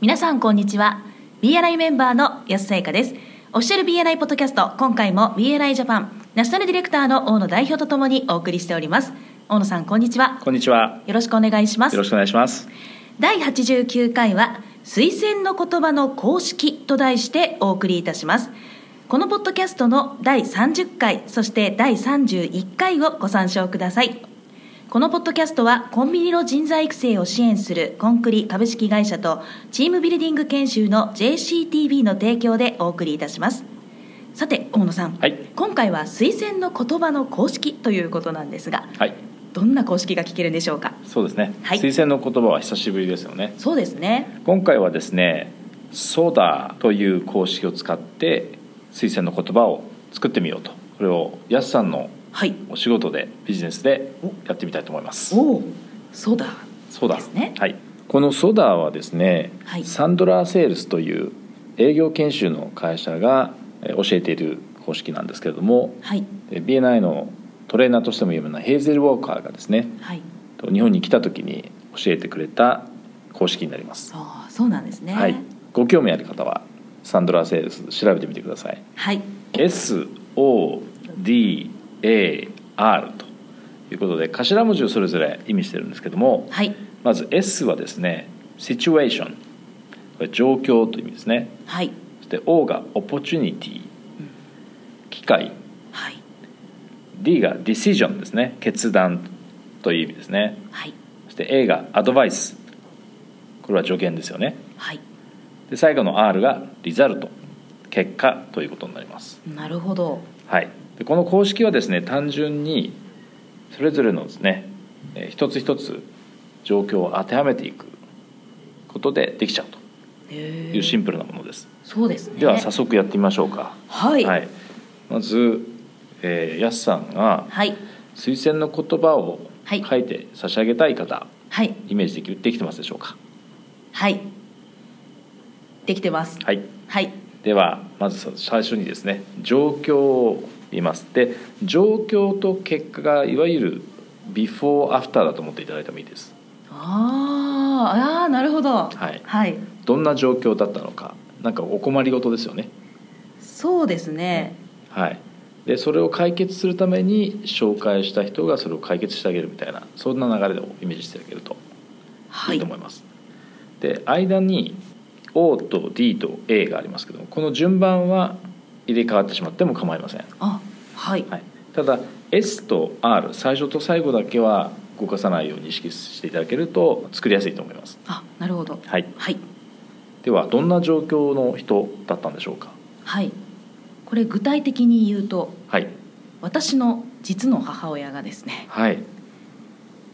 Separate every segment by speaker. Speaker 1: 皆さんこんにちは BNI メンバーの安さゆかですオフィシャル BNI ポッドキャスト今回も BNI ジャパンナショナルディレクターの大野代表とともにお送りしております大野さんこんにちは
Speaker 2: こんにちは。
Speaker 1: よろしくお願いします
Speaker 2: よろしくお願いします。
Speaker 1: 第89回は「推薦の言葉の公式」と題してお送りいたしますこのポッドキャストの第30回そして第31回をご参照くださいこのポッドキャストはコンビニの人材育成を支援するコンクリ株式会社とチームビルディング研修の JCTV の提供でお送りいたしますさて大野さん、
Speaker 2: はい
Speaker 1: 今回は推薦の言葉の公式ということなんですが
Speaker 2: はい。
Speaker 1: どんな公式が聞けるんでしょうか
Speaker 2: そうですね。
Speaker 1: はい
Speaker 2: 推薦の言葉は久しぶりですよね。
Speaker 1: そうですね
Speaker 2: 今回はですね、ソダという公式を使って推薦の言葉を作ってみようと。これをやすさんの
Speaker 1: はい
Speaker 2: お仕事でビジネスでやってみたいと思います。
Speaker 1: おおそうだ
Speaker 2: ソダ
Speaker 1: ですね
Speaker 2: はい。このソダはですね、
Speaker 1: はい
Speaker 2: サンドラーセールスという営業研修の会社がえー教えている公式なんですけれども、
Speaker 1: はい
Speaker 2: で BNI のトレーナーとしても有名なヘイゼル・ウォーカーがですね。
Speaker 1: はい
Speaker 2: 日本に来た時に教えてくれた公式になります、
Speaker 1: ああそうなんですね
Speaker 2: はい、ご興味ある方はサンドラ・セールス調べてみてください
Speaker 1: はい
Speaker 2: SODAR ということで頭文字をそれぞれ意味してるんですけども
Speaker 1: はい
Speaker 2: まず S はですね Situation これ状況という意味ですね
Speaker 1: はい
Speaker 2: そして O が Opportunity 機会
Speaker 1: はい
Speaker 2: D が Decision ですね決断という意味ですね
Speaker 1: はい
Speaker 2: そして A がアドバイスこれは助言ですよね
Speaker 1: はい
Speaker 2: で最後の R がリザルト結果ということになります、
Speaker 1: なるほど
Speaker 2: はい、でこの公式はですね単純にそれぞれのですねえー一つ一つ状況を当てはめていくことでできちゃうと
Speaker 1: へ
Speaker 2: いうシ
Speaker 1: え
Speaker 2: ンプルなものです、
Speaker 1: そうですね
Speaker 2: では早速やってみましょうか、
Speaker 1: はいはい、
Speaker 2: まず、えー、やすさんが
Speaker 1: はい
Speaker 2: 推薦の言葉を
Speaker 1: はい
Speaker 2: 書いて差し上げたい方、
Speaker 1: はい、
Speaker 2: イメージできできてますでしょうか
Speaker 1: できてます
Speaker 2: はい
Speaker 1: はい
Speaker 2: ではまず最初にですね状況を言いますで状況と結果がいわゆるビフォーアフターだと思っていただいてもいいです
Speaker 1: あーあーなるほど
Speaker 2: はい
Speaker 1: はい
Speaker 2: どんな状況だったのかなんかお困りごとですよね
Speaker 1: そうですね
Speaker 2: はいでそれを解決するために紹介した人がそれを解決してあげるみたいなそんな流れをイメージしてあげると
Speaker 1: はい
Speaker 2: い
Speaker 1: い
Speaker 2: と思います、で間に O と D と A がありますけどもこの順番は入れ替わってしまっても構いません
Speaker 1: あはい
Speaker 2: はい、ただ S と R 最初と最後だけは動かさないように意識していただけると作りやすいと思います、
Speaker 1: あなるほど
Speaker 2: はい、
Speaker 1: はい
Speaker 2: ではどんな状況の人だったんでしょうか
Speaker 1: はいこれ具体的に言うと
Speaker 2: はい、
Speaker 1: 私の実の母親がですね
Speaker 2: はい、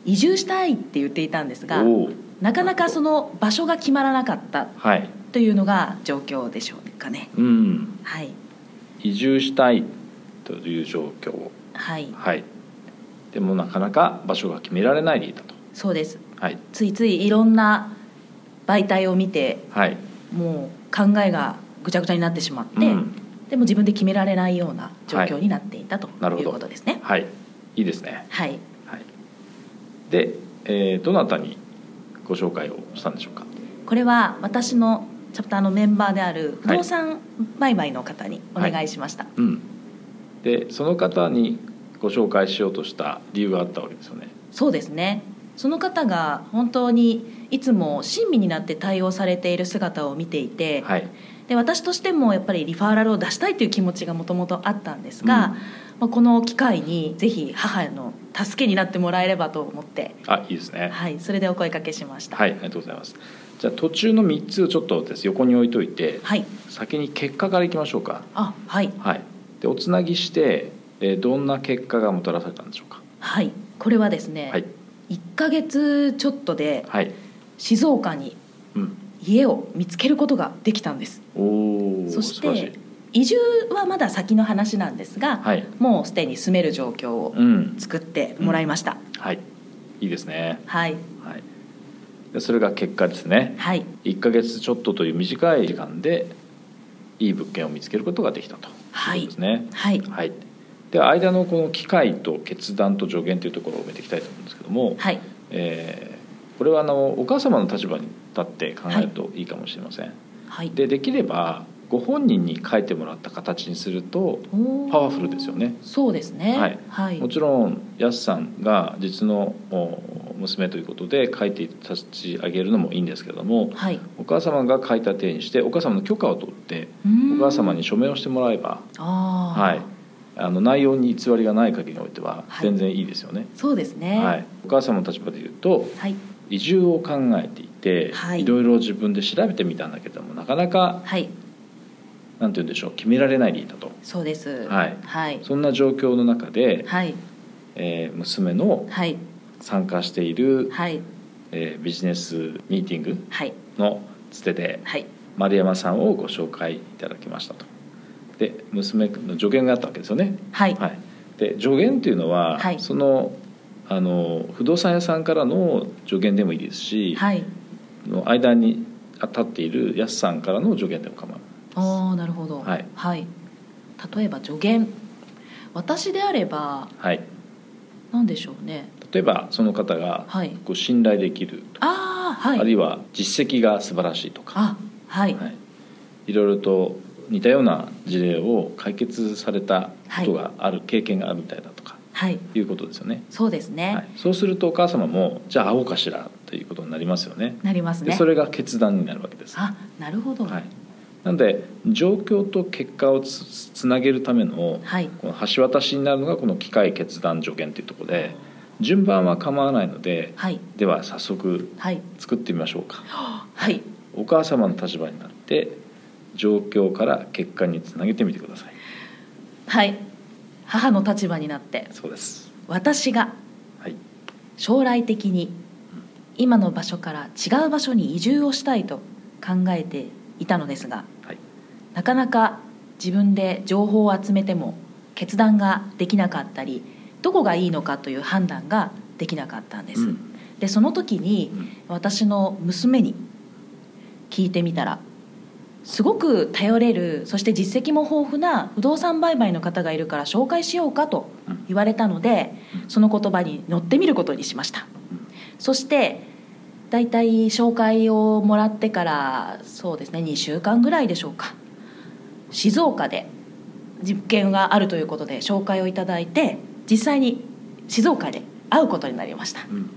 Speaker 1: 移住したいって言っていたんですが
Speaker 2: おお
Speaker 1: なかなかその場所が決まらなかった
Speaker 2: はい
Speaker 1: というのが状況でしょうかね
Speaker 2: うん
Speaker 1: はい
Speaker 2: 移住したいという状況
Speaker 1: はい
Speaker 2: はいでもなかなか場所が決められないでいたと
Speaker 1: そうです
Speaker 2: はい
Speaker 1: ついついいろんな媒体を見て
Speaker 2: はい、
Speaker 1: もう考えがぐちゃぐちゃになってしまって、
Speaker 2: うん、
Speaker 1: でも自分で決められないような状況になっていたと
Speaker 2: なる
Speaker 1: い
Speaker 2: ほど
Speaker 1: うことですね
Speaker 2: はいいいですね
Speaker 1: はい
Speaker 2: はいで、えーどなたにご紹介をしたんでしょうか
Speaker 1: これは私のチャプターのメンバーである不動産売買の方にお願いしました、
Speaker 2: うん、でその方にご紹介しようとした理由があったわけですよね。
Speaker 1: そうですねその方が本当にいつも親身になって対応されている姿を見ていて、
Speaker 2: はい、
Speaker 1: で私としてもやっぱりリファーラルを出したいという気持ちがもともとあったんですが、まあ、この機会にぜひ母の助けになってもらえればと思って、
Speaker 2: あいいですね。
Speaker 1: はい、それでお声かけしました
Speaker 2: はい、ありがとうございます。じゃあ途中の3つをちょっとです横に置いといて
Speaker 1: はい
Speaker 2: 先に結果からいきましょうか。
Speaker 1: あはい
Speaker 2: はい、でおつなぎして、えーどんな結果がもたらされたんでしょうか。
Speaker 1: はいこれはですね、
Speaker 2: はい
Speaker 1: 1ヶ月ちょっとで
Speaker 2: はい、
Speaker 1: 静岡に
Speaker 2: うん、
Speaker 1: 家を見つけることができたんです
Speaker 2: おお
Speaker 1: そ
Speaker 2: 素
Speaker 1: し
Speaker 2: 晴らしい
Speaker 1: て。移住はまだ先の話なんですが、
Speaker 2: はい、
Speaker 1: もうすでに住める状況を
Speaker 2: うん、
Speaker 1: 作ってもらいました、
Speaker 2: はい、いいですね。
Speaker 1: はい
Speaker 2: はい、でそれが結果ですね。
Speaker 1: はい
Speaker 2: 1ヶ月ちょっとという短い時間でいい物件を見つけることができたという
Speaker 1: はい
Speaker 2: ことですね。
Speaker 1: はい
Speaker 2: はい、では間のこの機会と決断と助言というところを埋めていきたいと思うんですけども、
Speaker 1: はい
Speaker 2: えーこれはあのお母様の立場にったって考えるといいかもしれません、
Speaker 1: はい
Speaker 2: でできればご本人に書いてもらった形にするとパ
Speaker 1: パ
Speaker 2: ワフルですよね
Speaker 1: そうですね
Speaker 2: はい
Speaker 1: はい
Speaker 2: もちろんやすさんが実のお娘ということで書いて差し上げるのもいいんですけども
Speaker 1: はい
Speaker 2: お母様が書いた手にしてお母様の許可を取ってお
Speaker 1: お
Speaker 2: 母様に署名をしてもらえば、
Speaker 1: ああ
Speaker 2: はい、あの内容に偽りがない限りにおいては
Speaker 1: はい
Speaker 2: 全然いいですよね。
Speaker 1: そうですね
Speaker 2: はい、お母様の立場で言うと
Speaker 1: はい
Speaker 2: 移住を考えていて、、
Speaker 1: はいい
Speaker 2: ろいろ自分で調べてみたんだけどもなかなか
Speaker 1: はい
Speaker 2: なんて言うんでしょう決められないでいたと
Speaker 1: そうです
Speaker 2: はい
Speaker 1: はい
Speaker 2: そんな状況の中で、
Speaker 1: はい
Speaker 2: えー娘の
Speaker 1: はい
Speaker 2: 参加している、
Speaker 1: はい
Speaker 2: えービジネスミーティング
Speaker 1: はい
Speaker 2: のつてで
Speaker 1: はい
Speaker 2: 丸山さんをご紹介いただきましたと。で娘の助言があったわけですよね。
Speaker 1: はい
Speaker 2: はい、で助言というのは、
Speaker 1: はい
Speaker 2: そのあの不動産屋さんからの助言でもいいですし、
Speaker 1: はい
Speaker 2: の間に立っている安さんからの助言でも構わ
Speaker 1: ああなるほど
Speaker 2: はい
Speaker 1: 例えば助言私であれば
Speaker 2: ない、はい、
Speaker 1: 何でしょうね
Speaker 2: 例えばその方が
Speaker 1: はい
Speaker 2: こう信頼できるとか、
Speaker 1: ああはい
Speaker 2: あるいは実績が素晴らしいとか、
Speaker 1: あはい
Speaker 2: はい、いろいろと似たような事例を解決されたことがある、経験があるみたいだとか
Speaker 1: はい
Speaker 2: いうことですよね。
Speaker 1: そうです
Speaker 2: は
Speaker 1: ね
Speaker 2: い、そうするとお母様もじゃあ会おうかしらということになりますよね。
Speaker 1: なります
Speaker 2: で
Speaker 1: ね
Speaker 2: それが決断になるわけです。
Speaker 1: あなるほど
Speaker 2: はい、なので状況と結果をつつなげるための
Speaker 1: はい
Speaker 2: この橋渡しになるのがこの機械決断助言というところで順番は構わないので
Speaker 1: はい
Speaker 2: では早速
Speaker 1: はい
Speaker 2: 作ってみましょうか
Speaker 1: はい
Speaker 2: お母様の立場になって状況から結果につなげてみてください
Speaker 1: はい母の立場になって
Speaker 2: そうです
Speaker 1: 私が
Speaker 2: はい
Speaker 1: 将来的に今の場所から違う場所に移住をしたいと考えていたのですが
Speaker 2: はい
Speaker 1: なかなか自分で情報を集めても決断ができなかったりどこがいいのかという判断ができなかったんです、
Speaker 2: うん
Speaker 1: でその時に
Speaker 2: うん
Speaker 1: 私の娘に聞いてみたらすごく頼れるそして実績も豊富な不動産売買の方がいるから紹介しようかと
Speaker 2: うん
Speaker 1: 言われたので
Speaker 2: うん
Speaker 1: その言葉に乗ってみることにしました
Speaker 2: うん
Speaker 1: そしてだいたい紹介をもらってからそうですね2週間ぐらいでしょうか静岡で実験があるということで紹介をいただいて実際に静岡で会うことになりました
Speaker 2: うん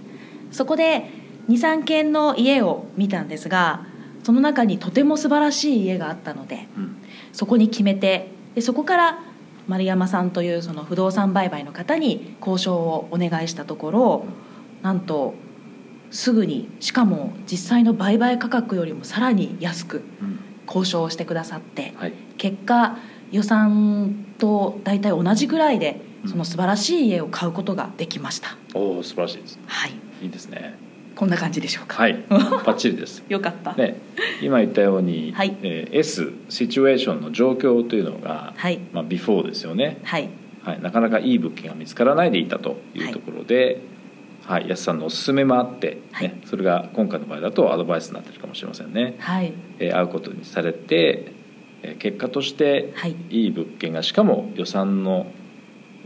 Speaker 1: そこで23軒の家を見たんですがその中にとても素晴らしい家があったので
Speaker 2: うん
Speaker 1: そこに決めてでそこから丸山さんというその不動産売買の方に交渉をお願いしたところなんとすぐにしかも実際の売買価格よりもさらに安く
Speaker 2: うん
Speaker 1: 交渉をしてくださって
Speaker 2: はい
Speaker 1: 結果予算と大体同じぐらいで
Speaker 2: うん
Speaker 1: その素晴らしい家を買うことができました、
Speaker 2: おお素晴らしいです
Speaker 1: はい
Speaker 2: いいですね
Speaker 1: こんな感じでしょうか、
Speaker 2: はいバッチリです
Speaker 1: よかった、
Speaker 2: ね、今言ったように、
Speaker 1: はい
Speaker 2: えー S シチュエーションの状況というのが、
Speaker 1: はい
Speaker 2: まあ、ビフォーですよね、
Speaker 1: はい
Speaker 2: はい、なかなかいい物件が見つからないでいたとい
Speaker 1: は
Speaker 2: う
Speaker 1: い
Speaker 2: ところで、はい安さんのおすすめもあって、ね
Speaker 1: はい
Speaker 2: それが今回の場合だとアドバイスになってるかもしれませんね、
Speaker 1: はい
Speaker 2: えー会うことにされて、えー結果として
Speaker 1: はい
Speaker 2: いい物件がしかも予算の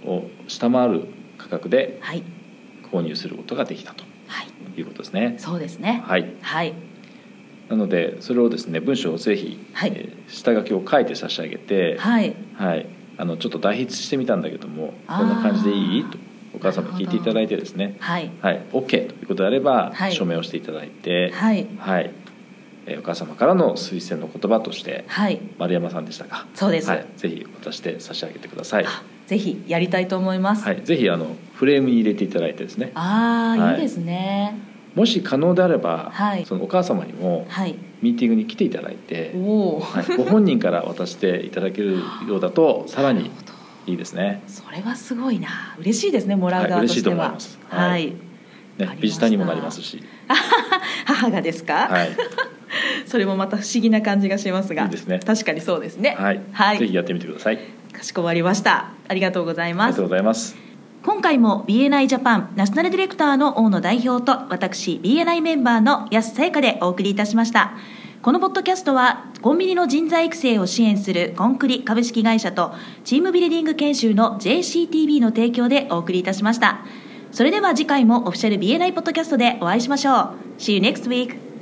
Speaker 2: を下回る価格で
Speaker 1: はい
Speaker 2: 購入することができたと
Speaker 1: はい
Speaker 2: いうことですね。
Speaker 1: そうですね
Speaker 2: はい
Speaker 1: はい
Speaker 2: なのでそれをですね文章をぜひ、
Speaker 1: はい
Speaker 2: えー下書きを書いて差し上げて、はい
Speaker 1: はい
Speaker 2: あのちょっと代筆してみたんだけども
Speaker 1: あー
Speaker 2: こんな感じでいいとお母様に聞いていただいてですね、
Speaker 1: はい
Speaker 2: はい、OK ということであれば、
Speaker 1: はい
Speaker 2: 署名をしていただいて、はい
Speaker 1: はい
Speaker 2: えーお母様からの推薦の言葉として
Speaker 1: はい
Speaker 2: 丸山さんでしたか
Speaker 1: そうです、
Speaker 2: はい、ぜひ渡して差し上げてください、
Speaker 1: あぜひやりたいと思います、
Speaker 2: はい、ぜひあのフレームに入れていただいてですね
Speaker 1: ああ、
Speaker 2: はい
Speaker 1: い、いですね
Speaker 2: もし可能であれば、
Speaker 1: はい
Speaker 2: そのお母様にも
Speaker 1: はい
Speaker 2: ミーティングに来ていただいて、
Speaker 1: おおー
Speaker 2: はい、ご本人から渡していただけるようだとさらにいいですね
Speaker 1: それはすごいな嬉しいですねもらう
Speaker 2: はい
Speaker 1: 側と
Speaker 2: 嬉しい
Speaker 1: して
Speaker 2: と思い
Speaker 1: は
Speaker 2: ますは
Speaker 1: はいい、 わかりまし
Speaker 2: ね
Speaker 1: た
Speaker 2: ビジターにもなりますし、
Speaker 1: 母がですか、
Speaker 2: はい
Speaker 1: それもまた不思議な感じがしますが
Speaker 2: いいですね
Speaker 1: 確かにそうですね
Speaker 2: はい
Speaker 1: はい
Speaker 2: ぜひやってみてくださいあ
Speaker 1: かしこまりましたありがとうござい
Speaker 2: り
Speaker 1: ま
Speaker 2: がと
Speaker 1: す
Speaker 2: うございます
Speaker 1: 今回も BNI ジャパンナショナルディレクターの大野代表と私 BNI メンバーの安さやかでお送りいたしましたこのポッドキャストはコンビニの人材育成を支援するコンクリ株式会社とチームビルディング研修の JCTB の提供でお送りいたしましたそれでは次回もオフィシャル BNI ポッドキャストでお会いしましょう See you next week!